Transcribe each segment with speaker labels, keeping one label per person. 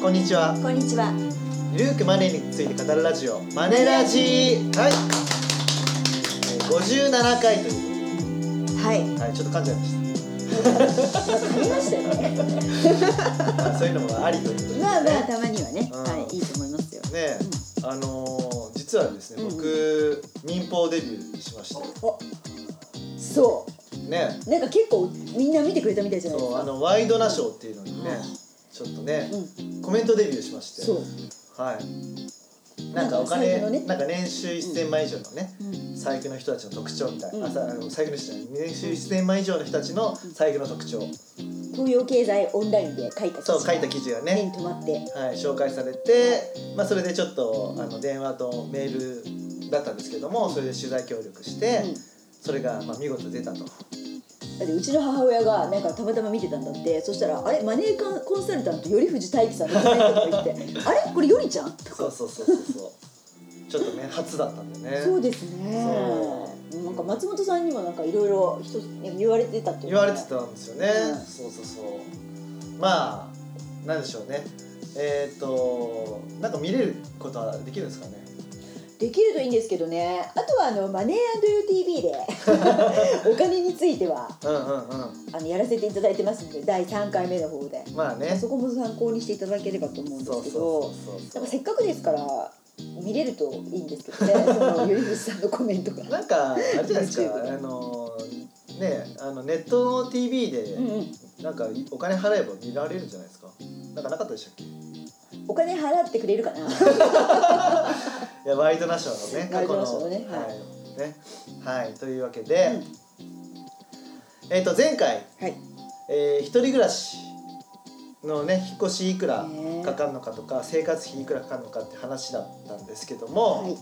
Speaker 1: こんにちは
Speaker 2: こんにちは。
Speaker 1: ゆるーくマネーについて語るラジオマネラジーはい57回という
Speaker 2: はい。
Speaker 1: ことではいちょっと噛んじゃいまし
Speaker 2: 噛みましたよね。
Speaker 1: たまあそういうのもありということで
Speaker 2: まあまあたまにはね。
Speaker 1: うん
Speaker 2: はい。いいと思いますよ。
Speaker 1: ねあのー実はですね僕民放デビューしまして
Speaker 2: お、そ
Speaker 1: ね
Speaker 2: う。なんか結構みんな見てくれたみたいじゃないで
Speaker 1: そ
Speaker 2: す
Speaker 1: う
Speaker 2: か。
Speaker 1: あのワイドナショーっていうのにね
Speaker 2: はい
Speaker 1: ちょっとね
Speaker 2: うん。
Speaker 1: コメントデビューしまして
Speaker 2: そう。
Speaker 1: はいなんかお
Speaker 2: なんか最近のね
Speaker 1: 金なんか年収1000万以上のね
Speaker 2: うん。
Speaker 1: 財布の人たちの特徴みたいな、
Speaker 2: うん
Speaker 1: あさあの財布の人じゃない年収1000万以上の人たちの財布の特徴、
Speaker 2: 東洋経済オンラインで書いた。
Speaker 1: そう書いた記事が
Speaker 2: 目
Speaker 1: ね、
Speaker 2: に留まって。
Speaker 1: はい、紹介されて、まあ、それでちょっとあの電話とメールだったんですけどもそれで取材協力して、
Speaker 2: うん
Speaker 1: それがまあ見事出たと
Speaker 2: だってうちの母親がなんかたまたま見てたんだってそしたら「あれマネーカンコンサルタント頼藤大樹さんですね」とか言 って「あれこれよりちゃん?」とか
Speaker 1: そうそうそうそうそうちょっとね初だったんだよ
Speaker 2: そ
Speaker 1: ね
Speaker 2: うですね
Speaker 1: そう
Speaker 2: なんか松本さんにもなんかいろいろ人言われてたっていう
Speaker 1: 言
Speaker 2: か
Speaker 1: わ
Speaker 2: ね
Speaker 1: れてたんですよね、
Speaker 2: うん
Speaker 1: そうそうそうまあなんでしょうねえっ、となんか見れることはできるんですかね
Speaker 2: できるといいんですけどねあとはあのマネーユー TV で お金については
Speaker 1: うんうんうん
Speaker 2: あのやらせていただいてますので第3回目の方で、
Speaker 1: まあね。
Speaker 2: そこも参考にしていただければと思うんですけど
Speaker 1: そう
Speaker 2: な
Speaker 1: そう
Speaker 2: ん
Speaker 1: そ
Speaker 2: かせっかくですから見れるといいんですけどね そのゆりふさんのコメントが
Speaker 1: う。。なんかあれじゃないですか。あ
Speaker 2: YouTube で
Speaker 1: のねあのネットの TV で
Speaker 2: うんうん、
Speaker 1: なんかお金払えば見られるんじゃないですか。なんかなかったでしたっけ？い
Speaker 2: お金払ってくれるかな
Speaker 1: やワイドナショーのね
Speaker 2: ワ
Speaker 1: 過
Speaker 2: イ
Speaker 1: 去
Speaker 2: ド
Speaker 1: の
Speaker 2: ナショーねはい
Speaker 1: はいねはいというわけで、えっと前回
Speaker 2: はい
Speaker 1: えー一人暮らしのね引っ越しいくら
Speaker 2: ね
Speaker 1: かかるのかとか生活費いくらかかるのかって話だったんですけども、
Speaker 2: はい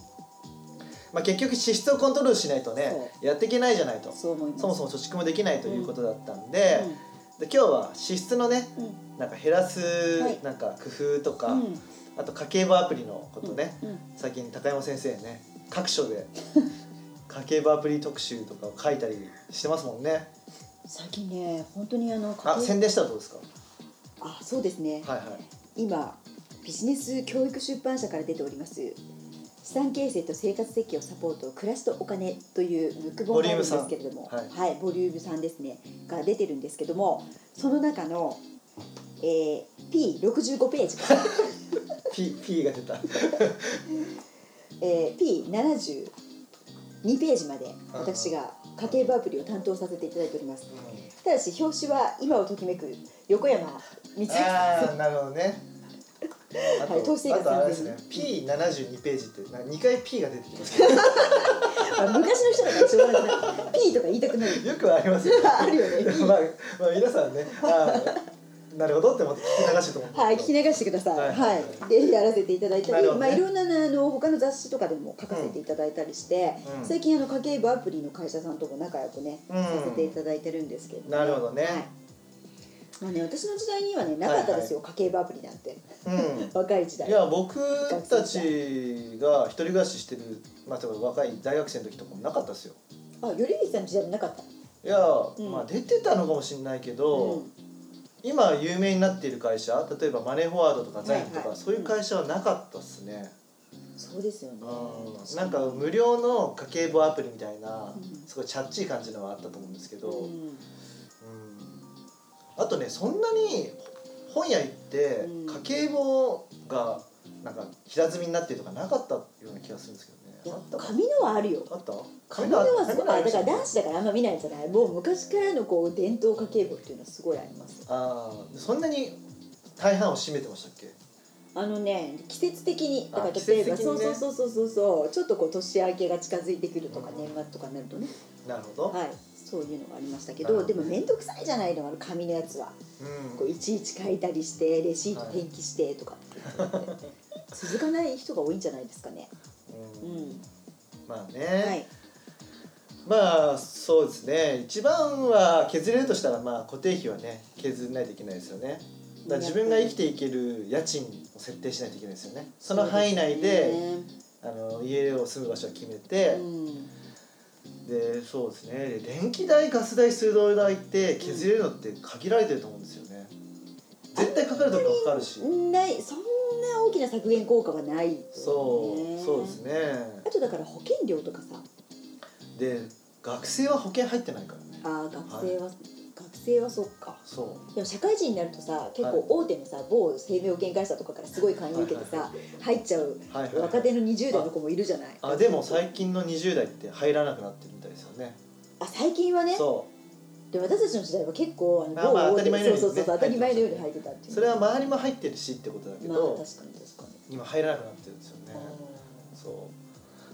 Speaker 1: まあ結局支出をコントロールしないとねやっていけないじゃないと。
Speaker 2: そう思います
Speaker 1: そもそも貯蓄もできないということだったんで,、で今日は支出のね
Speaker 2: うんうん
Speaker 1: なんか減らす
Speaker 2: はい
Speaker 1: なんか工夫とか、
Speaker 2: うん
Speaker 1: あと家計簿アプリのことね、
Speaker 2: うん
Speaker 1: 最近高山先生ね各所 で家計簿アプリ特集とかを書いたりしてますもんね。
Speaker 2: 最近ね本当にあの家
Speaker 1: あ
Speaker 2: 庭
Speaker 1: 宣伝したらどうですか。
Speaker 2: あそうですね、
Speaker 1: はいはい。
Speaker 2: 今ビジネス教育出版社から出ております資産形成と生活設計をサポート暮らしとお金というブックボンがあるんですけれど
Speaker 1: ボ
Speaker 2: も
Speaker 1: リューム
Speaker 2: はい、ボリューム3ですねが出てるんですけどもその中の、えー、P65 ページから
Speaker 1: P P が出た。
Speaker 2: えー P72 ページまで私が家計簿アプリを担当させていただいておりますただし表紙は今をときめく横山光之
Speaker 1: ああなるほどね。あ
Speaker 2: はい投資生活
Speaker 1: あとあれですね。P 七十二ページってなんか二回 P が出てきますけど
Speaker 2: あ昔の人だからしょうがない P とか言いたくなる
Speaker 1: よくあります よね。
Speaker 2: あるよね
Speaker 1: まあ、まあ、皆さんね、あーなるほどって思って聞き流してと思って。
Speaker 2: はい、聞き流してください。
Speaker 1: は
Speaker 2: はいい、でやらせていただいた
Speaker 1: なる
Speaker 2: り、
Speaker 1: ほど
Speaker 2: ま
Speaker 1: ね
Speaker 2: あいろんなねあの他の雑誌とかでも書かせていただいたりして、
Speaker 1: うん
Speaker 2: 最近あの家計簿アプリの会社さんとも仲良くね、
Speaker 1: うん
Speaker 2: させていただいてるんですけど、
Speaker 1: なるほどね
Speaker 2: はいまあね私の時代にはねなかったですよ、家計簿アプリなんて
Speaker 1: う
Speaker 2: 若い時
Speaker 1: ん。
Speaker 2: 代。
Speaker 1: いや、僕たちが一人暮らししてる、まあ、例えば若い大学生の時とかもなかったですよ。
Speaker 2: あ、よりみさんの時代もなかった。
Speaker 1: いや、
Speaker 2: ん
Speaker 1: まあ、出てたのかもしれないけど。
Speaker 2: うん
Speaker 1: 今有名になっている会社例えばマネーフォワードとかザインとか、
Speaker 2: はいはい
Speaker 1: そういう会社はなかったっすね、
Speaker 2: そうですよね。
Speaker 1: うん、なんか無料の家計簿アプリみたいな、
Speaker 2: うん
Speaker 1: すごいチャッチい感じのはあったと思うんですけど、
Speaker 2: う
Speaker 1: うん
Speaker 2: ん
Speaker 1: あとねそんなに本屋行って
Speaker 2: うん
Speaker 1: 家計簿がなんか平積みになってるとかなかったような気がするんですけど
Speaker 2: いや
Speaker 1: ねあったか
Speaker 2: 紙のはあるよ。
Speaker 1: あった
Speaker 2: 紙のはすごいあだから
Speaker 1: あ
Speaker 2: 男子だからあんま見ないんじゃないもう昔からのこう伝統家計簿っていうのはすごいあります
Speaker 1: あーそんなに大半を占めてましたっけ
Speaker 2: あのね季節的にだか
Speaker 1: あ
Speaker 2: ら例え
Speaker 1: 季
Speaker 2: ば、
Speaker 1: 節的
Speaker 2: そ
Speaker 1: に
Speaker 2: う
Speaker 1: ね
Speaker 2: そうそうそうそうそうちょっとこう年明けが近づいてくるとか
Speaker 1: うん
Speaker 2: 年末とかになるとね、
Speaker 1: なるほど、
Speaker 2: はいそういうのがありましたけ
Speaker 1: なる
Speaker 2: ど
Speaker 1: ほど
Speaker 2: でも面倒くさいじゃないのあの紙のやつは、
Speaker 1: うん
Speaker 2: こういちいち書いたりしてレシート転記してとかって言って、続かない人が多いんじゃないですかね。
Speaker 1: う
Speaker 2: うんん、
Speaker 1: まあね、
Speaker 2: はい、
Speaker 1: まあそうですね一番は削れるとしたらまあ固定費はね削らないといけないですよねだから自分が生きていける家賃を設定しないといけないですよねその範囲内であの家を住む場所を決め
Speaker 2: そう
Speaker 1: て
Speaker 2: ですね、うん
Speaker 1: でそうですねで電気代ガス代水道代って削れるのって限られてると思うんですよね、絶対かかるとこはかかるし
Speaker 2: ないそんな大きな削減効果はないと
Speaker 1: そうそうですね
Speaker 2: あとだから保険料とかさ
Speaker 1: で学生は保険入ってないからね
Speaker 2: あー学生は、学生はそっか
Speaker 1: そ
Speaker 2: でも社会人になるとさ結構大手のさ、某生命保険会社とかからすごい勧誘受けてさ、
Speaker 1: は
Speaker 2: 入っちゃう
Speaker 1: うはいは
Speaker 2: 若
Speaker 1: い
Speaker 2: 手の20代の子もいるじゃない
Speaker 1: あでも最近の20代って入らなくなってるみたいですよね
Speaker 2: あ最近はね
Speaker 1: そ
Speaker 2: で私たちの時代は結構あの
Speaker 1: あまあ
Speaker 2: 某
Speaker 1: 当たり前のようにね
Speaker 2: そうそうそう当たり前のように入ってたっていう
Speaker 1: うそれは周りも入ってるしってことだけ
Speaker 2: まあ確
Speaker 1: ど
Speaker 2: かに確かに
Speaker 1: 今入らなくなってるんですよね
Speaker 2: あ
Speaker 1: そう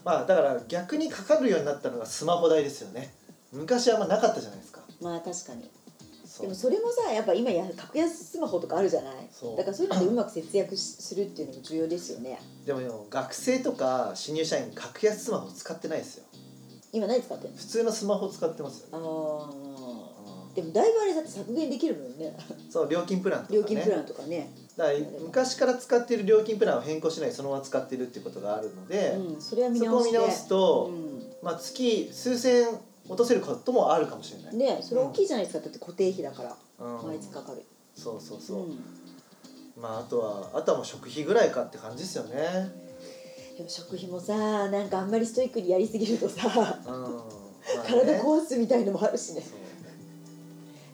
Speaker 1: まあだから逆にかかるようになったのがスマホ代ですよね昔はあんまなかったじゃないですか
Speaker 2: ーまあ確かに
Speaker 1: そ
Speaker 2: でも
Speaker 1: う
Speaker 2: それもさやっぱ今や格安スマホとかあるじゃない
Speaker 1: そう
Speaker 2: だからそういうのでうまく節約しするっていうのも重要ですよね
Speaker 1: でも学生とか新入社員格安スマホ使ってないですよ
Speaker 2: 今何使ってんの
Speaker 1: 普通のスマホ使ってますよね
Speaker 2: あー
Speaker 1: うん
Speaker 2: でもだいぶあれだって削減できるもんね
Speaker 1: そう料金プランとかね
Speaker 2: 料金プランとかね
Speaker 1: だから昔から使ってる料金プランを変更しないそのまま使ってるっていうことがあるので、
Speaker 2: うんそれは見
Speaker 1: そこ
Speaker 2: 直
Speaker 1: を
Speaker 2: し
Speaker 1: 見
Speaker 2: て
Speaker 1: 直すと、
Speaker 2: う
Speaker 1: まあ、月数千円落とせることもあるかもしれない、
Speaker 2: ん、ねそれ大きいじゃないですかだって固定費だから
Speaker 1: うん
Speaker 2: 毎月かかる
Speaker 1: そうそうそう、
Speaker 2: ん
Speaker 1: まああとはあとはもう食費ぐらいかって感じですよね
Speaker 2: でも食費もさなんかあんまりストイックにやりすぎる とさ
Speaker 1: うん、まあね
Speaker 2: 体壊すみたいのもあるしね
Speaker 1: そう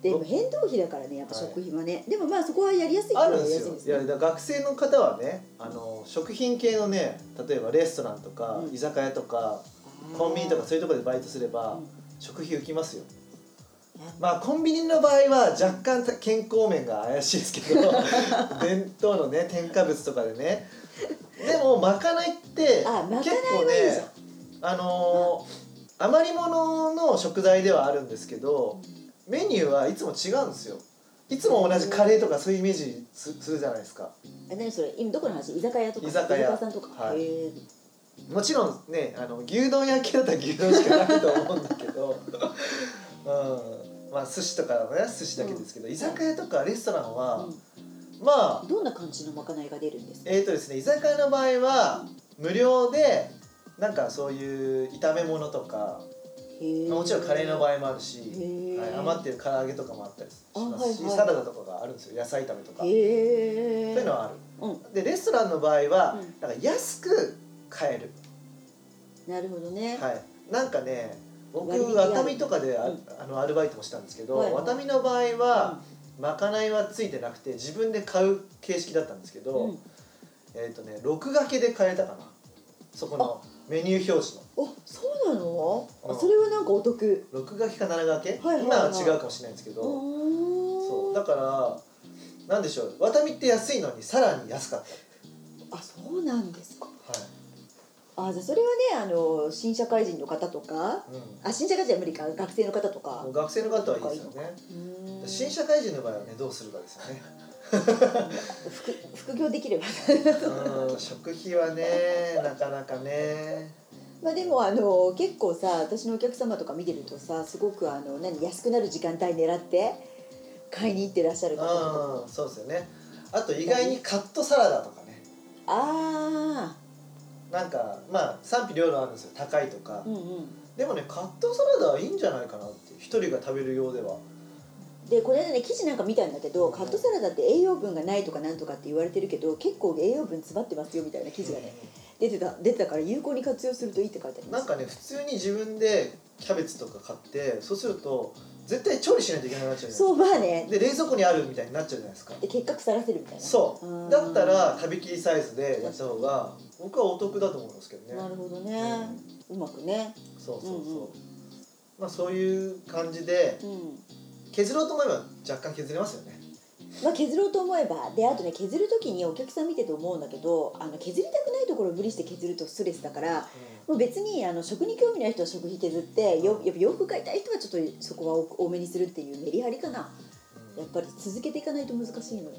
Speaker 2: でも変動費だからねやっぱ食費はね、でもまあそこはやりやすい
Speaker 1: あ
Speaker 2: は
Speaker 1: るん
Speaker 2: や
Speaker 1: で
Speaker 2: りや
Speaker 1: す
Speaker 2: すい
Speaker 1: よ
Speaker 2: で
Speaker 1: いやだから学生の方はねあの食品系のね例えばレストランとか、
Speaker 2: うん
Speaker 1: 居酒屋とか
Speaker 2: あー
Speaker 1: コンビニとかそういうところでバイトすれば、
Speaker 2: うん
Speaker 1: 食費浮きますよ
Speaker 2: ね
Speaker 1: まあコンビニの場合は若干健康面が怪しいですけ ど弁当のね添加物とかでねでもまかないって結
Speaker 2: あまかな
Speaker 1: 構
Speaker 2: いはいいじ
Speaker 1: ね
Speaker 2: ゃん
Speaker 1: あのー余り物の食材ではあるんですけどメニューはいつも違うんですよいつも同じカレーとかそういうイメージすするじゃないですか
Speaker 2: え何それ今どこの話居酒屋とか
Speaker 1: 居酒屋
Speaker 2: さんとか、
Speaker 1: はい
Speaker 2: へえ
Speaker 1: もちろんねあの牛丼焼きだったら牛丼しかないと思うんだけ ど、うん、まあ寿司とかはね寿司だけですけど、居酒屋とかレストランは、まあ
Speaker 2: どんな感じのまかないが出るんですか
Speaker 1: えーとですね居酒屋の場合は無料でなんかそういう炒め物とか、
Speaker 2: へえ
Speaker 1: まあもちろんカレーの場合もあるし、
Speaker 2: へー
Speaker 1: はい余ってる唐揚げとかもあったりしますし、
Speaker 2: あはいはい
Speaker 1: サラダとかがあるんですよ野菜炒めとか、そ
Speaker 2: へえ
Speaker 1: ういうのはある
Speaker 2: うん
Speaker 1: でレストランの場合は、
Speaker 2: うん
Speaker 1: なんか安く買える、
Speaker 2: なるほどね、
Speaker 1: はい、なんかね僕
Speaker 2: 割引ある
Speaker 1: 熱海とかであ,、
Speaker 2: うん
Speaker 1: あのアルバイトもしたんですけど、
Speaker 2: はいはい
Speaker 1: 熱海の場合は、まかないはついてなくて自分で買う形式だったんですけど、
Speaker 2: うん
Speaker 1: えっ、とね録画けで買えたかなそこのメニュー表示の
Speaker 2: あそうなの、
Speaker 1: うん
Speaker 2: あそれはなんかお得
Speaker 1: 録画けか7掛け、
Speaker 2: はいはいはい
Speaker 1: 今は違うかもしれないんですけど、そう
Speaker 2: そ
Speaker 1: だからなんでしょうワタミって安いのにさらに安かっ
Speaker 2: あそうなんですか
Speaker 1: た、は
Speaker 2: あじゃあそれはねあの新社会人の方とか
Speaker 1: いうん
Speaker 2: あ新社会人は無理か学生の方とか
Speaker 1: もう学生の方はいいですよね
Speaker 2: うーん
Speaker 1: 新社会人の場合はねどうするかですよね
Speaker 2: 副副業できれば
Speaker 1: うん食費はねなかなかね
Speaker 2: まあでもあの結構さ私のお客様とか見てるとさすごくあの何安くなる時間帯狙って買いに行ってらっしゃる方とか
Speaker 1: うんそうですよねあと意外にカットサラダとかね
Speaker 2: あ
Speaker 1: なんかまあ賛否両論あるんですよ高いとか
Speaker 2: あ、うんうん
Speaker 1: でもねカットサラダはいいんじゃないかなって一人が食べるようでは
Speaker 2: でこれね記事なんか見たんだけどカットサラダって栄養分がないとかなんとかって言われてるけど結構栄養分詰まってますよみたいな記事がね出てた出てたから有効に活用するといいって書いてあり
Speaker 1: な
Speaker 2: ま
Speaker 1: ん
Speaker 2: す
Speaker 1: かね普通に自分でキャベツとか買ってそうすると絶対調理しないといけなくなっちゃうじゃ
Speaker 2: そうまあね
Speaker 1: ないで冷蔵庫にあるみたいになっちゃうじゃないですか
Speaker 2: で結果腐らせるみたいな
Speaker 1: そ
Speaker 2: あー
Speaker 1: うだったら食べきりサイズでやった方が僕はお得だと思うんですけどね
Speaker 2: なるほどね、うまくね
Speaker 1: そうそうそう、
Speaker 2: うんうん
Speaker 1: まあそういう感じで
Speaker 2: うん
Speaker 1: 削ろうと思えば若干削れますよね
Speaker 2: まあ、削ろうと思えばであとね削る時にお客さん見てて思うんだけどあの削りたくないところを無理して削るとストレスだからもう別にあの食に興味ない人は食費削ってよやっぱ洋服買いたい人はちょっとそこは多多めにするっていうメリハリかな
Speaker 1: う
Speaker 2: や
Speaker 1: ん
Speaker 2: っぱり続けていかないと難しいので、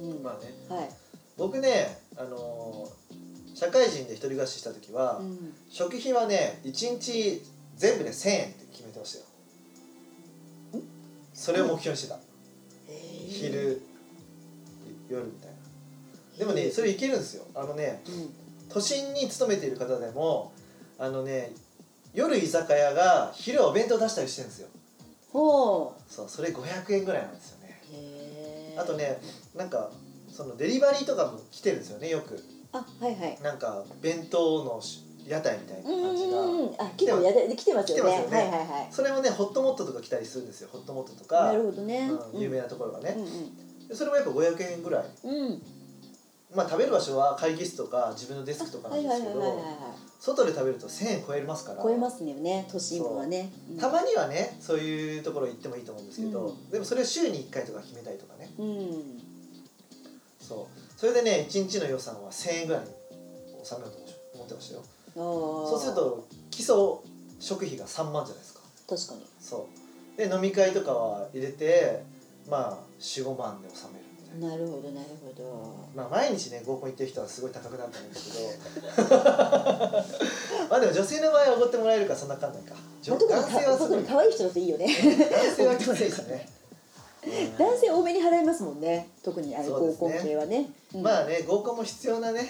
Speaker 2: うん
Speaker 1: まあね
Speaker 2: はい、
Speaker 1: 僕ねあのー社会人で一人暮らしした時は、
Speaker 2: うん、
Speaker 1: 食費はね一日全部で1000円って決めてましたよそれを目標にしてた、昼夜みたいなでもねそれいけるんですよあのね
Speaker 2: うん
Speaker 1: 都心に勤めている方でもあのね夜居酒屋が昼はお弁当出したりしてるんですよ
Speaker 2: ほう
Speaker 1: そうそれ500円ぐらいなんですよね
Speaker 2: へね
Speaker 1: あとねなんかそのデリバリーとかも来てるんですよねよく
Speaker 2: あはいはい
Speaker 1: なんか弁当の屋台みたいな
Speaker 2: うんう
Speaker 1: 感じ
Speaker 2: んうん
Speaker 1: が
Speaker 2: うんあ結構やで来てますよ
Speaker 1: 来て
Speaker 2: ね
Speaker 1: ますよね
Speaker 2: はいはいは
Speaker 1: それもねホットモットとか来たりするんですよホットモットと
Speaker 2: いな
Speaker 1: か
Speaker 2: る、ほどね、
Speaker 1: うん有名なところがね
Speaker 2: う、ん
Speaker 1: でそれもやっぱ500円ぐらい
Speaker 2: うんうん
Speaker 1: まあ食べる場所は会議室とか自分のデスクとかなんですけ
Speaker 2: はいはいはい
Speaker 1: ど
Speaker 2: はいはい
Speaker 1: 外で食べると1000円超えますから
Speaker 2: 超えますよね都心部はねうん
Speaker 1: たまにはねそういうところ行ってもいいと思うんですけど、
Speaker 2: うん
Speaker 1: でもそれを週に1回とか決めたりとかね
Speaker 2: うん
Speaker 1: そうそれでね1日の予算は1000円ぐらいに収めようと思ってましたよ
Speaker 2: そ
Speaker 1: そうすると基礎食費が3万じゃないですか
Speaker 2: 確かに
Speaker 1: そうで飲み会とかは入れてまあ45万で収めるみたいな、
Speaker 2: なるほどなるほど
Speaker 1: まあ、毎日ね合コン行ってる人はすごい高くなってるんですけどまあでも女性の場合はおごってもらえるからそんなかんないか女
Speaker 2: 特に
Speaker 1: 男性は
Speaker 2: か
Speaker 1: すご
Speaker 2: 特
Speaker 1: い
Speaker 2: に
Speaker 1: 男
Speaker 2: 可愛い人だといいよね
Speaker 1: 性はきついですねうん
Speaker 2: 男性多めに払いますもんね特にあれ合コン系はねうん
Speaker 1: まあね合コンも必要なね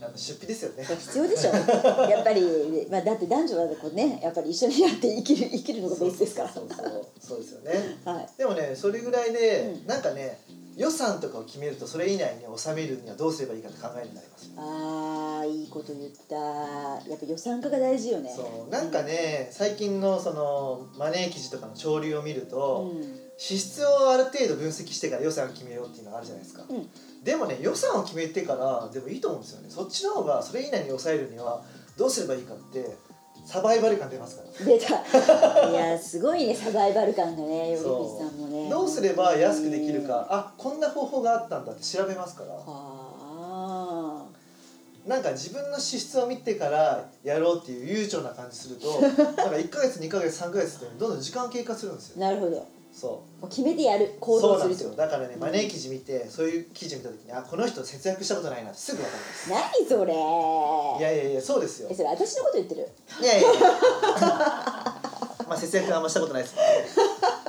Speaker 1: あの出費ですよね
Speaker 2: 必要 でしょやっぱり、まあ、だって男女だとこうねやっぱり一緒にやって生きる生きるのがベースですから
Speaker 1: そうそうそうそうそうですよね
Speaker 2: はい
Speaker 1: でもねそれぐらいで、
Speaker 2: うん
Speaker 1: なんかね予算とかを決めるとそれ以内に収めるにはどうすればいいかって考えるようになりますよ
Speaker 2: あーいいこと言ったやっぱ予算化が大事よね
Speaker 1: そうなんかね最近のそのマネー記事とかの潮流を見ると、
Speaker 2: うん
Speaker 1: 支出をある程度分析してから予算を決めようっていうのがあるじゃないですか、
Speaker 2: うん
Speaker 1: でもね予算を決めてからでもいいと思うんですよねそっちの方がそれ以内に抑えるにはどうすればいいかってサバイバル感出ますから
Speaker 2: 出たいやすごいねサバイバル感がねより
Speaker 1: そう
Speaker 2: さんもね
Speaker 1: どうすれば安くできるかあこんな方法があったんだって調べますから
Speaker 2: あ
Speaker 1: なんか自分の資質を見てからやろうっていう悠長な感じする となんか1か月2か月3か月ってどんどん時間経過するんです
Speaker 2: あ
Speaker 1: よ
Speaker 2: なるほど
Speaker 1: そ
Speaker 2: もう決めてやる
Speaker 1: う
Speaker 2: 行
Speaker 1: そ
Speaker 2: 動
Speaker 1: うな
Speaker 2: す
Speaker 1: ん
Speaker 2: る
Speaker 1: です
Speaker 2: って
Speaker 1: よ
Speaker 2: こと
Speaker 1: だからねマネー記事見てそういう記事見た時にあこの人節約したことないなってすぐ分かります
Speaker 2: 何それ
Speaker 1: いやいやいやそうですよ
Speaker 2: えそれ私のこと言ってる
Speaker 1: いやいやい やまあ節約はあんましたことないですけ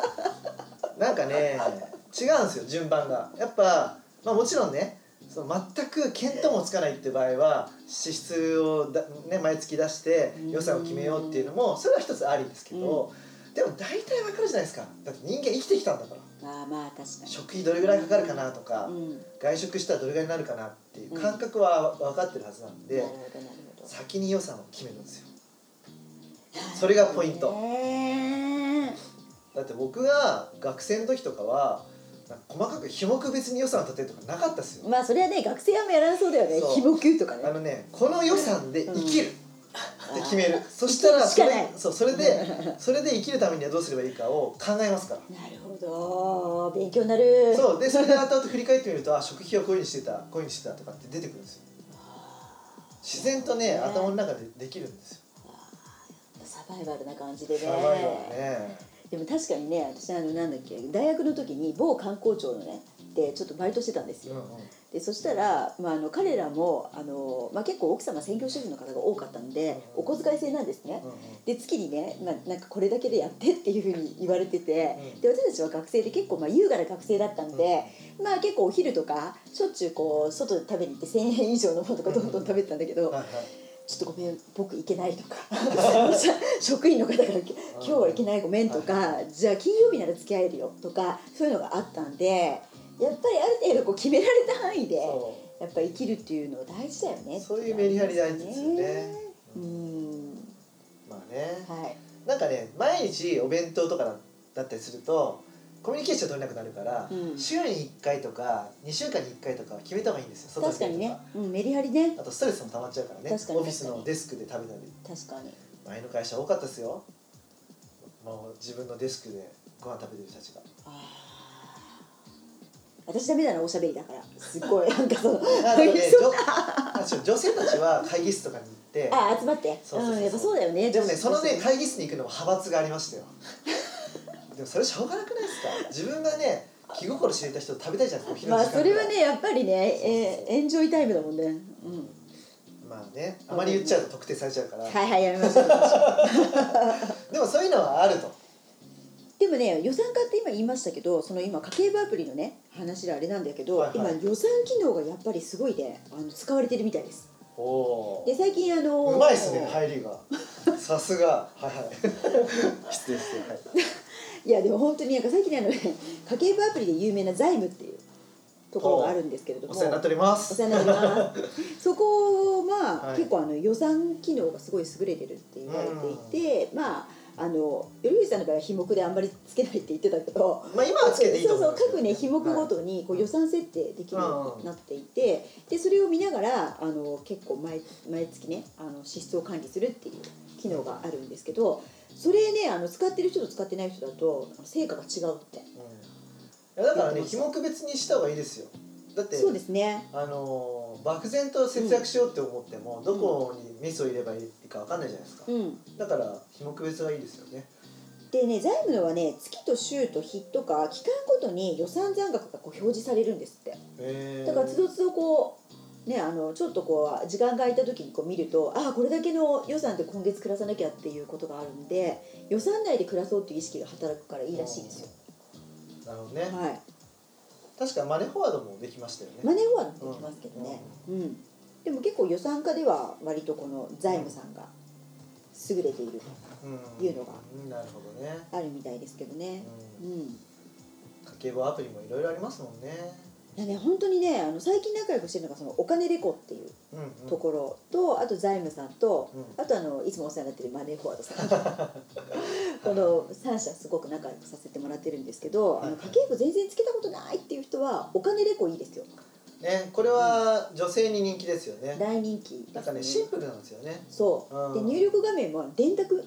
Speaker 1: どなんかね違うんですよ順番がやっぱ、まあ、もちろんねその全く見当もつかないって場合は支出をだ、ね、毎月出して予算を決めようっていうのもそれは一つありですけど、でも大体わかるじゃないですかだって人間生きてきたんだから
Speaker 2: まあまあ確かに
Speaker 1: 食費どれぐらいかかるかなとか、
Speaker 2: うん
Speaker 1: 外食したらどれぐらいになるかなっていう感覚は分かってるはずなんで、
Speaker 2: なるほどなるほど
Speaker 1: 先に予算を決めるんですよそれがポイント
Speaker 2: ね
Speaker 1: だって僕が学生の時とかはなんか細かく費目別に予算を立てるとかなかったです
Speaker 2: え
Speaker 1: よ
Speaker 2: まあそれはね学生はもやらなそうだよね
Speaker 1: そう
Speaker 2: ひぼきとかね
Speaker 1: あのねこの予算で生きるって決める、そした
Speaker 2: 生
Speaker 1: らそ
Speaker 2: きるしか
Speaker 1: れ
Speaker 2: ない
Speaker 1: そうそれでそれで生きるためにはどうすればいいかを考えますか
Speaker 2: なるほど勉強になる
Speaker 1: らそうでそれで後々振り返ってみるとあ食費はこういうふうにしてたこういうふうにしてたとかって出てくるんですよ自然とね
Speaker 2: ね
Speaker 1: 頭の中でできるんですよ
Speaker 2: サバイバルな感じでね
Speaker 1: サバイバルね
Speaker 2: でも確かにね私あのなんだっけ大学の時に某観光庁のねでちょっとバイトしてたんです
Speaker 1: う
Speaker 2: よ、
Speaker 1: んうん
Speaker 2: でそしたら、まあ、あの彼らもあの、まあ、結構奥様専業主婦の方が多かったんでお小遣い制なんですね、
Speaker 1: うんうん
Speaker 2: で月にね、まあ、なんかこれだけでやってっていうふうに言われてて、
Speaker 1: うん
Speaker 2: で私たちは学生で結構まあ優雅な学生だったんで、まあ結構お昼とかしょっちゅうこう外で食べに行って1,000円以上のものとかどんどん食べてたんだけど、
Speaker 1: はいはい
Speaker 2: ちょっとごめん僕行けないとか 職員の方から今日は行けないごめんとかじゃあ金曜日なら付き合えるよとかそういうのがあったんでやっぱりある程度こう決められた範囲で
Speaker 1: そ
Speaker 2: やっぱ生きるっていうの大事だよね
Speaker 1: うそういうメリハリ大事ですよね
Speaker 2: う
Speaker 1: うん
Speaker 2: ん
Speaker 1: まあね
Speaker 2: はい
Speaker 1: なんかね毎日お弁当とかだったりするとコミュニケーション取れなくなるから、
Speaker 2: うん
Speaker 1: 週に1回とか2週間に1回とかは決めた方がいいんですよ
Speaker 2: 確か
Speaker 1: 外で食べ
Speaker 2: に
Speaker 1: ると
Speaker 2: ね、うん、メリハリね
Speaker 1: あとストレスも溜まっちゃうからねオ
Speaker 2: 確かに
Speaker 1: フィスのデスクで食べたり
Speaker 2: 確かに
Speaker 1: 前の会社多かったですよもう自分のデスクでご飯食べてる人たち が
Speaker 2: あー私ダメだなおしゃべりだからすっごいなんか その
Speaker 1: あとね女あそう女性たちは会議室とかに行って
Speaker 2: あ集まって
Speaker 1: そうそうそう
Speaker 2: うんやっぱそうだよね
Speaker 1: でもねそのね
Speaker 2: 女子
Speaker 1: 会議室に行くのも派閥がありましたよでもそれしょうがなくないですか自分がね気心知れた人と食べたいじゃないですかお
Speaker 2: まあ
Speaker 1: 昼の時間ぐ
Speaker 2: それ
Speaker 1: ら
Speaker 2: はいねやっぱりね、えーエンジョイタイムだもんね、うん、
Speaker 1: まあねあまり言っちゃうと特定されちゃうから、
Speaker 2: はいはいやめましょう
Speaker 1: でもそういうのはあると
Speaker 2: でもね予算化って今言いましたけどその今家計簿アプリのね話であれなんだけど、
Speaker 1: はいはい
Speaker 2: 今予算機能がやっぱりすごいねあの使われてるみたいです
Speaker 1: おお
Speaker 2: で最近あの
Speaker 1: うまいっすね入りがさすがはいはい失礼失礼はい
Speaker 2: いやでも本当になんか最近ねあのね家計簿アプリで有名な財務っていうところがあるんですけれども
Speaker 1: お世話になっておりま
Speaker 2: お
Speaker 1: す
Speaker 2: 世話になりますそこは、
Speaker 1: はい
Speaker 2: 結構あの予算機能がすごい優れてるって言われていて、まああの頼藤さんの場合は品目であんまりつけないって言ってたけど
Speaker 1: まあ今はつけていいと
Speaker 2: そ
Speaker 1: 思
Speaker 2: うそ
Speaker 1: ん
Speaker 2: う
Speaker 1: ですけど
Speaker 2: 各ね品目ごとにこう予算設定できるようになっていてでそれを見ながらあの結構毎毎月ねあの支出を管理するっていう機能があるんですけどそれねあの使ってる人と使ってない人だと成果が違うって
Speaker 1: うんいやだからね日目別にした方がいいですよだって
Speaker 2: そうですね
Speaker 1: あのー漠然と節約しようって思っても、どこにミスを入ればいいかわかんないじゃないですか、
Speaker 2: うん
Speaker 1: だから日目別がいいですよね
Speaker 2: でね財務のはね月と週と日とか期間ごとに予算残額がこう表示されるんですって
Speaker 1: へー
Speaker 2: だからつどつどこうねあのちょっとこう時間が空いた時にこう見るとああこれだけの予算で今月暮らさなきゃっていうことがあるんで予算内で暮らそうっていう意識が働くからいいらしいですよ、
Speaker 1: なるほどね、
Speaker 2: はい
Speaker 1: 確かマネーフォワードもできましたよね、
Speaker 2: マネーフォワードもできますけどね、うんでも結構予算課では割とこの財務さんが優れている
Speaker 1: うん
Speaker 2: いうのが
Speaker 1: んなるほどね、
Speaker 2: あるみたいですけどね
Speaker 1: う、
Speaker 2: うんん
Speaker 1: 家計簿アプリもいろいろありますもんね
Speaker 2: いやね本当にねあの最近仲良くしてるのがそのお金レコっていう
Speaker 1: うん、うん、
Speaker 2: ところと、あと財務さんと、
Speaker 1: うん
Speaker 2: あとあのいつもお世話になってるマネーフォワードさ んこの3社すごく仲良くさせてもらってるんですけど、あの家計簿全然つけたことないっていう人はお金レコいいですよ
Speaker 1: ねこれは女性に人気ですよね、
Speaker 2: 大人気です
Speaker 1: なんかねシンプルなんですよね
Speaker 2: そう
Speaker 1: う
Speaker 2: で
Speaker 1: ん
Speaker 2: 入力画面も電卓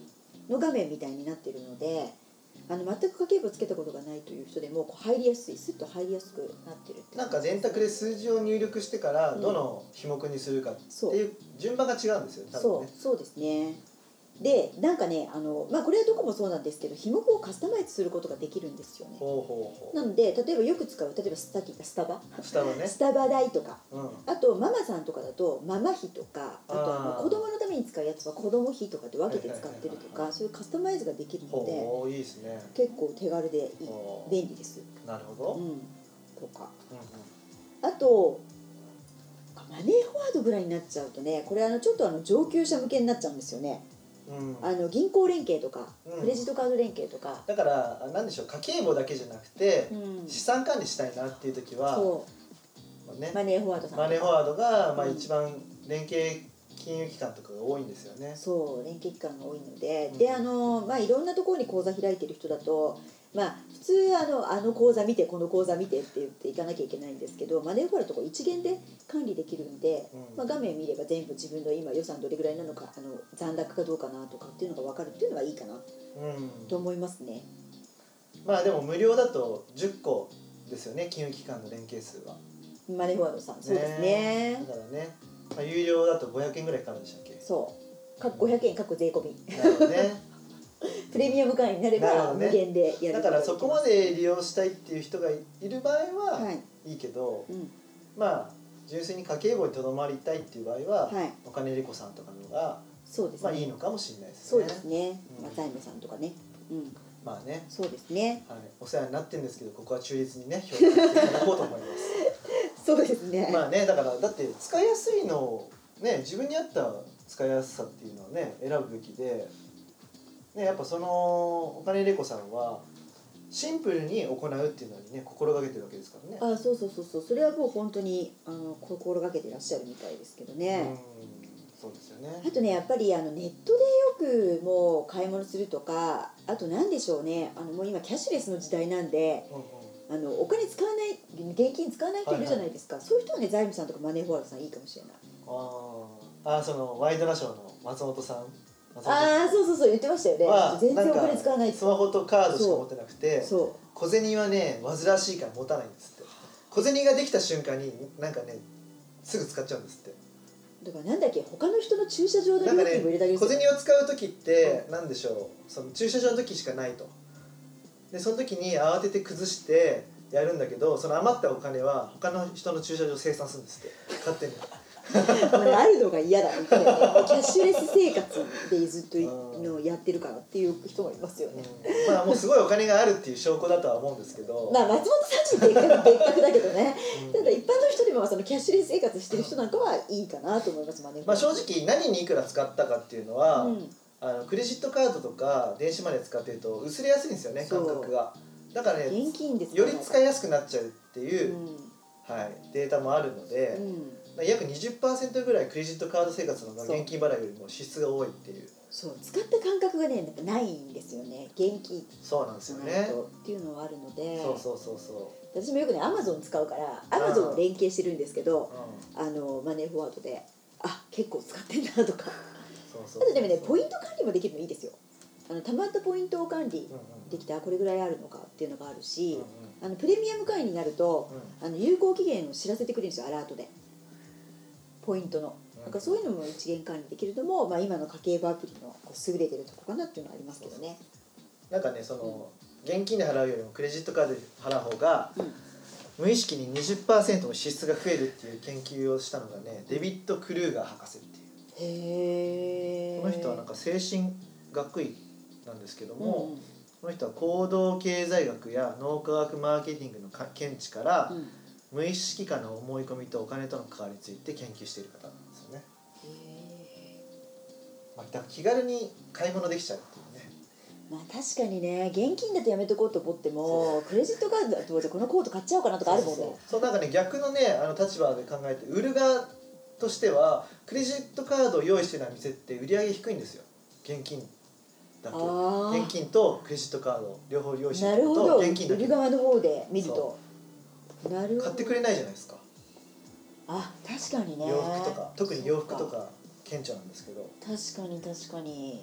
Speaker 2: の画面みたいになってるのであの全く家計簿つけたことがないという人でもこう入りやすいスッと入りやすくなってるって
Speaker 1: なんか電卓で数字を入力してから
Speaker 2: うん
Speaker 1: どの日目にするかって
Speaker 2: そう
Speaker 1: いう順番が違うんですよ多分
Speaker 2: そ
Speaker 1: ね
Speaker 2: うそうですねでなんかねあの、まあ、これはどこもそうなんですけど品目をカスタマイズすることができるんですよね
Speaker 1: ほうほう
Speaker 2: な
Speaker 1: ほ
Speaker 2: ので例えばよく使う例えばさっき言ったスタバ、
Speaker 1: う下はね
Speaker 2: スタバ代とか
Speaker 1: うん
Speaker 2: あとママさんとかだとママ費とかあとあの
Speaker 1: あー
Speaker 2: 子供のために使うやつは子供費とかって分けて使ってると
Speaker 1: はいはいはいは
Speaker 2: かそういうカスタマイズができるので
Speaker 1: ほういいですね
Speaker 2: 結構手軽でいい
Speaker 1: ほう
Speaker 2: 便利です
Speaker 1: なるほ
Speaker 2: う
Speaker 1: ど、
Speaker 2: んとか
Speaker 1: うんうん
Speaker 2: あとマネーフォワードぐらいになっちゃうとねこれあのちょっとあの上級者向けになっちゃうんですよね
Speaker 1: うん
Speaker 2: あの銀行連携とか、
Speaker 1: うん
Speaker 2: クレジットカード連携とか、
Speaker 1: だからなんでしょう家計簿だけじゃなくて、
Speaker 2: うん
Speaker 1: 資産管理したいなっていう時は、
Speaker 2: そ
Speaker 1: まあね
Speaker 2: うマネーフォワードさんとか
Speaker 1: マネーフォワードが、まあ、
Speaker 2: うん
Speaker 1: 一番連携金融機関とかが多いんですよね。
Speaker 2: そう連携機関が多いので、
Speaker 1: うん
Speaker 2: であのまあいろんなところに口座開いてる人だと。まあ、普通あのあの口座見てこの口座見てって言っていかなきゃいけないんですけどマネーフォワードとか一元で管理できるんで、
Speaker 1: うん
Speaker 2: まあ、画面見れば全部自分の今予算どれぐらいなのかあの残高かどうかなとかっていうのが分かるっていうのがいいかなと
Speaker 1: うん、
Speaker 2: 思いますね。
Speaker 1: まあでも無料だと10個ですよね金融機関の連携数は。
Speaker 2: マネーフォワードさんそうですね
Speaker 1: だからね、まあ、有料だと500円ぐらいからでしたっ け
Speaker 2: そうかっこ500円かっこ税込み
Speaker 1: なるほど ね
Speaker 2: プレミアム会員になれ
Speaker 1: なるほ
Speaker 2: ば
Speaker 1: どね
Speaker 2: 無限でや
Speaker 1: だ
Speaker 2: ること
Speaker 1: か
Speaker 2: が
Speaker 1: ら
Speaker 2: でき
Speaker 1: そ
Speaker 2: ます
Speaker 1: こまで利用したいっていう人がいる場合
Speaker 2: は、
Speaker 1: はいいいけど、
Speaker 2: うん、
Speaker 1: まあ純粋に家計簿にとどまりたいっていう場合は、
Speaker 2: はい
Speaker 1: お金レコさんとかの方が、
Speaker 2: そうですね、
Speaker 1: まあ、いいのかもしれないです
Speaker 2: そう
Speaker 1: ね。
Speaker 2: ですね、
Speaker 1: うん
Speaker 2: まあ財務さんとかねうん
Speaker 1: まあね
Speaker 2: そうで すね
Speaker 1: はい、お世話になってるんですけどここは中立にね評価していただこうと思います
Speaker 2: そうですね、
Speaker 1: まあねだからだって使いやすいのをね自分に合った使いやすさっていうのをね選ぶべきで、ね、やっぱそのお金レコさんはシンプルに行うっていうのにね心がけてるわけですからね
Speaker 2: あそうそうそうそうそれはもう本当にあの心がけてらっしゃるみたいですけど
Speaker 1: うん
Speaker 2: ね、
Speaker 1: そうですよね
Speaker 2: あとねやっぱりあのネットでよくもう買い物するとかあと何でしょうねあのもう今キャッシュレスの時代なんで
Speaker 1: うんうん
Speaker 2: あのお金使わない現金使わない人いるじゃないですか、そういう人はね財務さんとかマネーフォワードさんいいかもしれない
Speaker 1: あーあーそのワイドナショーの松本さん松本さん
Speaker 2: ああそうそうそう言ってましたよね
Speaker 1: は
Speaker 2: 全然お金
Speaker 1: んか
Speaker 2: 使わないって
Speaker 1: スマホとカードしか持ってなくて
Speaker 2: そう
Speaker 1: 小銭はね煩わしいから持たないんですって小銭ができた瞬間になんかねすぐ使っちゃうんですって
Speaker 2: だからなんだっけ他の人の駐車場の
Speaker 1: なんか
Speaker 2: 料金
Speaker 1: ね
Speaker 2: も入れてあげる
Speaker 1: 小
Speaker 2: とか
Speaker 1: 銭を使う時って何でしょうその駐車場の時しかないとでその時に慌てて崩してやるんだけどその余ったお金は他の人の駐車場を生産するんですって勝手に
Speaker 2: 俺あるのが嫌だみたいなキャッシュレス生活でずっといのをやってるからっていう人もいますよね、
Speaker 1: うんまあもうすごいお金があるっていう証拠だとは思うんですけど、
Speaker 2: まあ松本さんち別格別格だけどね
Speaker 1: うん
Speaker 2: ただ一般の人でもそのキャッシュレス生活してる人なんかはいいかなと思いますマネーフォ
Speaker 1: まあ、
Speaker 2: ワード
Speaker 1: 正直何にいくら使ったかっていうのは、
Speaker 2: うん
Speaker 1: あのクレジットカードとか電子マネー使ってると薄れやすいんですよね
Speaker 2: そ
Speaker 1: 感
Speaker 2: う
Speaker 1: 覚がだからね
Speaker 2: 現金です
Speaker 1: より使
Speaker 2: い
Speaker 1: いやすくなっちゃうっていうう、
Speaker 2: ん
Speaker 1: はい、データもあるので、
Speaker 2: うん、
Speaker 1: まあ約20%ぐらいクレジットカード生活のまあ
Speaker 2: そう
Speaker 1: 現金払いよりも支出が多いっていう
Speaker 2: そう使った感覚がねなんかないんですよね現金
Speaker 1: そうなんです
Speaker 2: じゃ
Speaker 1: よ
Speaker 2: ない
Speaker 1: ね
Speaker 2: とっていうのはあるので
Speaker 1: そうそうそうそ
Speaker 2: 私もよくねアマゾン使うからアマゾンを連携してるんですけど
Speaker 1: う、うん、
Speaker 2: あのマネーフォワードであ結構使ってんだとか
Speaker 1: そう
Speaker 2: あ
Speaker 1: そう
Speaker 2: とでもねポイ
Speaker 1: ン
Speaker 2: ント管理もできるのいいですよあのたまったポイントを管理
Speaker 1: うんうん
Speaker 2: できたらこれぐらいあるのかっていうのがある
Speaker 1: うん
Speaker 2: し
Speaker 1: うん、
Speaker 2: あのプレミアム会員になるとあの有効期限を知らせてくれるんですよアラートでポイントの
Speaker 1: うん
Speaker 2: なんかそういうのも一元管理できるのも、まあ、今の家計簿アプリのこう優れてるとこかなっていうのはありますけどね
Speaker 1: なんかねその現金で払うよりもクレジットカードで払う方が
Speaker 2: うん
Speaker 1: 無意識に20%の支出が増えるっていう研究をしたのがねデビッド・クルーガー博士っていう
Speaker 2: へえ
Speaker 1: この人はなんか精神学位なんですけども、
Speaker 2: うん
Speaker 1: この人は行動経済学や脳科学マーケティングのか見地から、
Speaker 2: うん、へ
Speaker 1: 無意識下の思い込みとお金との関わりについて研究している方なんですよね、
Speaker 2: え
Speaker 1: まあ、だから気軽に買い物できちゃうっていうね
Speaker 2: まあ確かにね現金だとやめとこうと思ってもクレジットカードだとじゃあこのコート買っちゃおうかなとかあるもん
Speaker 1: そう
Speaker 2: ね
Speaker 1: そうそうなんかね逆のねあの立場で考えて売る側としてはクレジットカードを用意してない店って売り上げ低いんですよ現金だと
Speaker 2: あ
Speaker 1: 現
Speaker 2: あ
Speaker 1: 金とクレジットカード両方用意して
Speaker 2: な
Speaker 1: る
Speaker 2: るほど
Speaker 1: と現金だ
Speaker 2: 売
Speaker 1: け
Speaker 2: る側の方で見るとなるほど
Speaker 1: 買ってくれないじゃないですか
Speaker 2: あ確かにね
Speaker 1: 洋服とか特に洋服と
Speaker 2: そう
Speaker 1: か顕著なんですけど、うん
Speaker 2: 確かに確かに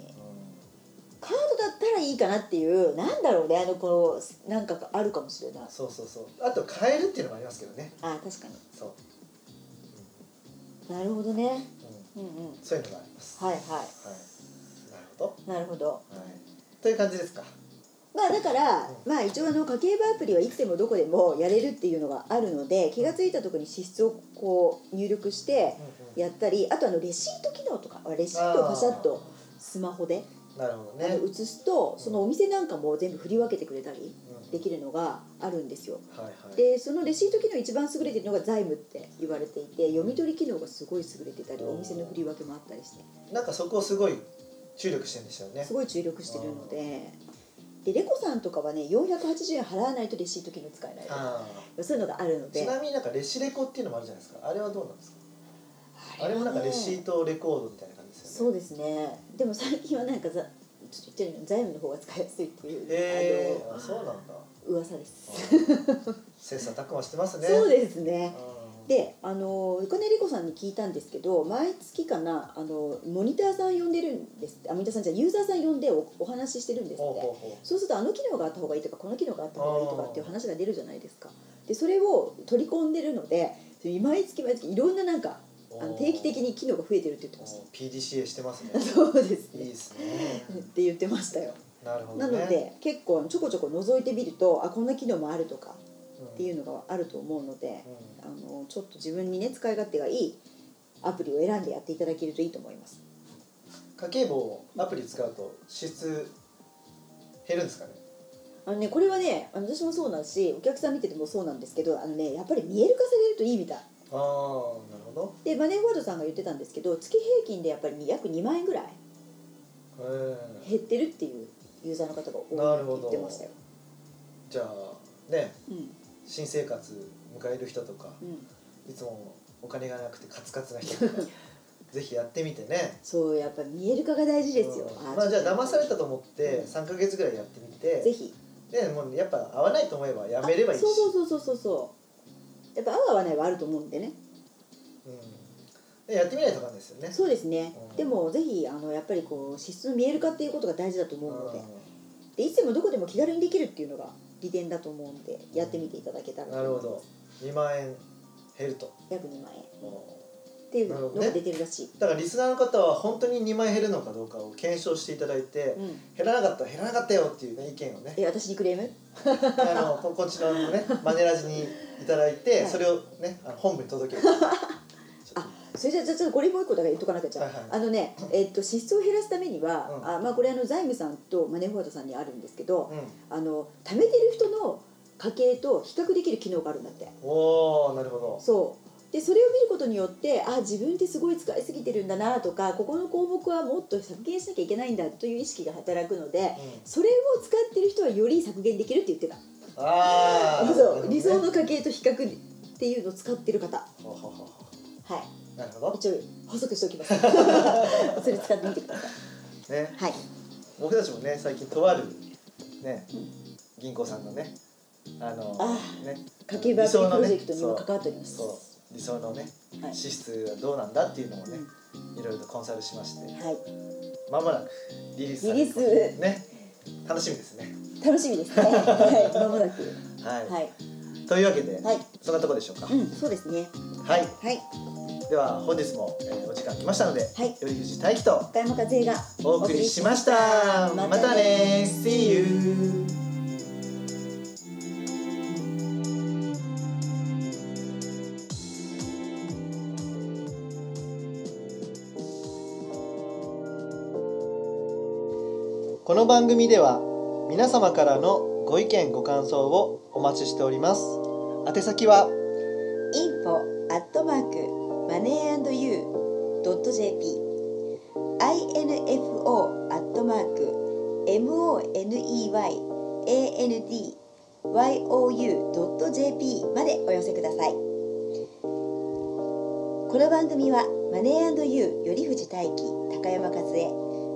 Speaker 2: カードだったらいいかなっていうなんだろうねあのこのなんかあるかもしれない
Speaker 1: そうそうそうあと買えるっていうのもありますけどね
Speaker 2: あ確かに
Speaker 1: そう、
Speaker 2: なるほどね
Speaker 1: うんうん
Speaker 2: うんうん
Speaker 1: そういうのがあります。。
Speaker 2: はいいは
Speaker 1: はい。なるほど。
Speaker 2: いなるほど
Speaker 1: はい。という感じですか。
Speaker 2: まあだから、
Speaker 1: う
Speaker 2: まあ一応あの家計簿アプリはいつでもどこでもやれるっていうのがあるので気が付いたところに支出をこう入力してやったりあとあのレシート機能とかレシートをパシャッとスマホで
Speaker 1: あー。なるほど
Speaker 2: あ
Speaker 1: ね
Speaker 2: の。写すとそのお店なんかも全部振り分けてくれたりでき
Speaker 1: る。
Speaker 2: るのがあるんですよ
Speaker 1: はいはい。
Speaker 2: でそのレシート機能一番優れてるのが財務って言われていて読み取り機能がすごい優れてたり
Speaker 1: おー
Speaker 2: お店の振り分けもあったりして
Speaker 1: なんかそこをすごい注力してるんでしたよね
Speaker 2: す。ごい注力してるのででレコさんとかはね480円払わないとレシート機能使えないとか
Speaker 1: あ
Speaker 2: そういうのがあるの
Speaker 1: あ。ち
Speaker 2: で
Speaker 1: なみになんかレシレコっていうのもあるじゃないですか。あれはどうなんですか。あれもなんかレシー
Speaker 2: ト
Speaker 1: トレコードみたいな感じです
Speaker 2: そ
Speaker 1: よ
Speaker 2: う
Speaker 1: ね。
Speaker 2: ですねでも最近はなんかざちょっと言ってるように財務の方が使いやすいっていう、
Speaker 1: へえ
Speaker 2: あ。の
Speaker 1: あそうなんだ。
Speaker 2: 噂です、
Speaker 1: 切磋琢磨してますね。
Speaker 2: そう
Speaker 1: で
Speaker 2: ですねであのお金理子さんに聞いたんですけど毎月かなあのモニターさん呼んでるんですってあモニターさんじゃないユーザーさん呼んでおお話ししてるんです
Speaker 1: ほう
Speaker 2: って
Speaker 1: ほうほ
Speaker 2: そうするとあの機能があった方がいいとかこの機能があった方がいいとかっていう話が出るじゃないですかでそれを取り込んでるので毎月毎月いろんななんか
Speaker 1: う。
Speaker 2: あの定期的に機能が増えてるって言って
Speaker 1: お
Speaker 2: まし
Speaker 1: ー。PDCA してますね
Speaker 2: た。そうです
Speaker 1: いい
Speaker 2: ね
Speaker 1: ですね。
Speaker 2: って言ってましたよ
Speaker 1: なるほどね。
Speaker 2: なので結構ちょこちょこ覗いてみるとあこんな機能もあるとか
Speaker 1: うん、
Speaker 2: っていうのがあると思うので
Speaker 1: うん。
Speaker 2: あのちょっと自分にね使い勝手がいいアプリを選んでやっていただけるといいと思います
Speaker 1: 家計簿をアプリ使うと支出減るんですかね
Speaker 2: あのねこれはねあの私もそうなんしお客さん見ててもそうなんですけどあのねやっぱり見える化されるといいみたい
Speaker 1: ああなるほど
Speaker 2: でマネーフォワードさんが言ってたんですけど月平均でやっぱり約2万円ぐらい
Speaker 1: うん
Speaker 2: 減ってるっていうユーザーの方が
Speaker 1: な
Speaker 2: 多い
Speaker 1: るほ
Speaker 2: って
Speaker 1: ど
Speaker 2: 言ってましたよ、
Speaker 1: じゃあね
Speaker 2: うん
Speaker 1: 新生活迎える人とか
Speaker 2: うん、
Speaker 1: いつもお金がなくてカツカツな人と かぜひやってみてね
Speaker 2: そうやっぱ見える化が大事ですよ、
Speaker 1: うんまあじゃあ騙されたと思って
Speaker 2: うん
Speaker 1: 3か月ぐらいやってみ
Speaker 2: ぜ
Speaker 1: て
Speaker 2: ひ
Speaker 1: でもうやっぱ合わないと思えばやめればいいし
Speaker 2: あそうそうそうそうそうそうやっぱ合う合わないはあると思うんでね
Speaker 1: うんでやってみないと分かんないですよね
Speaker 2: そうですね、
Speaker 1: うん
Speaker 2: でもぜひあのやっぱりこう支出の見える化っていうことが大事だと思うので,、
Speaker 1: う
Speaker 2: でいつでもどこでも気軽にできるっていうのが利点だと思うんでやってみていただけたら
Speaker 1: んなるほ
Speaker 2: と思いま
Speaker 1: ど2万円減ると
Speaker 2: す約2万円
Speaker 1: うん
Speaker 2: っていうのが出てるらしい、
Speaker 1: だからリスナーの方は本当に2万円減るのかどうかを検証していただいて、
Speaker 2: うん
Speaker 1: 減らなかった減らなかったよっていう、ね、意見をね
Speaker 2: え私にクレーム
Speaker 1: あのここちらのねマネラジにいただいて、
Speaker 2: はい
Speaker 1: それをねあの本部に届けるちょっと
Speaker 2: それじゃあちょっとこれもう一個だけ言っとかなきゃじゃあ,、
Speaker 1: はいはい
Speaker 2: あのね、えっと支出を減らすためには、
Speaker 1: うん
Speaker 2: あまあ、これあの財務さんとマネーフォワードさんにあるんですけど、
Speaker 1: うん
Speaker 2: あの貯めてる人の家計と比較できる機能があるんだって
Speaker 1: おおなるほど
Speaker 2: そうでそれを見ることによってあ自分ってすごい使いすぎてるんだなとかここの項目はもっと削減しなきゃいけないんだという意識が働くので
Speaker 1: うん
Speaker 2: それを使ってる人はより削減できるって言ってた
Speaker 1: ああ
Speaker 2: そう理想の家計と比較っていうのを使ってる方は
Speaker 1: ほうほうほ
Speaker 2: いう
Speaker 1: なるほど
Speaker 2: 一応補足しておきますそれ使ってみてください
Speaker 1: ね
Speaker 2: はい
Speaker 1: 僕たちもね最近とあるね
Speaker 2: うん
Speaker 1: 銀行さんのねあの
Speaker 2: あ
Speaker 1: ね
Speaker 2: 家計簿アプリプロジェクトに
Speaker 1: 理
Speaker 2: も
Speaker 1: 想のね
Speaker 2: 関わっております、
Speaker 1: そう理想のね
Speaker 2: はい
Speaker 1: 支出はどうなんだっていうのをね
Speaker 2: うん
Speaker 1: いろいろとコンサルしまして
Speaker 2: はい
Speaker 1: まもなくリリースされ
Speaker 2: リ
Speaker 1: る
Speaker 2: リース
Speaker 1: ね楽しみですね
Speaker 2: 楽しみですねはいまもなく
Speaker 1: はい、
Speaker 2: はい
Speaker 1: というわけで、
Speaker 2: はい
Speaker 1: そんなとこでしょうか、
Speaker 2: うんそうですね
Speaker 1: はい
Speaker 2: はい
Speaker 1: では本日も、えーお時間来ましたので、
Speaker 2: はい
Speaker 1: よりふじ大輝と
Speaker 2: 岡山和恵が
Speaker 1: お送りしました
Speaker 2: またね
Speaker 1: またね See youこの番組では皆様からのご意見ご感想をお待ちしております宛先は
Speaker 2: info at mark moneyandyou.jp info at mark moneyandyou.jp までお寄せくださいこの番組はマネーユー頼藤大輝高山和恵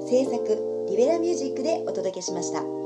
Speaker 2: 制作リベラミュージックでお届けしました。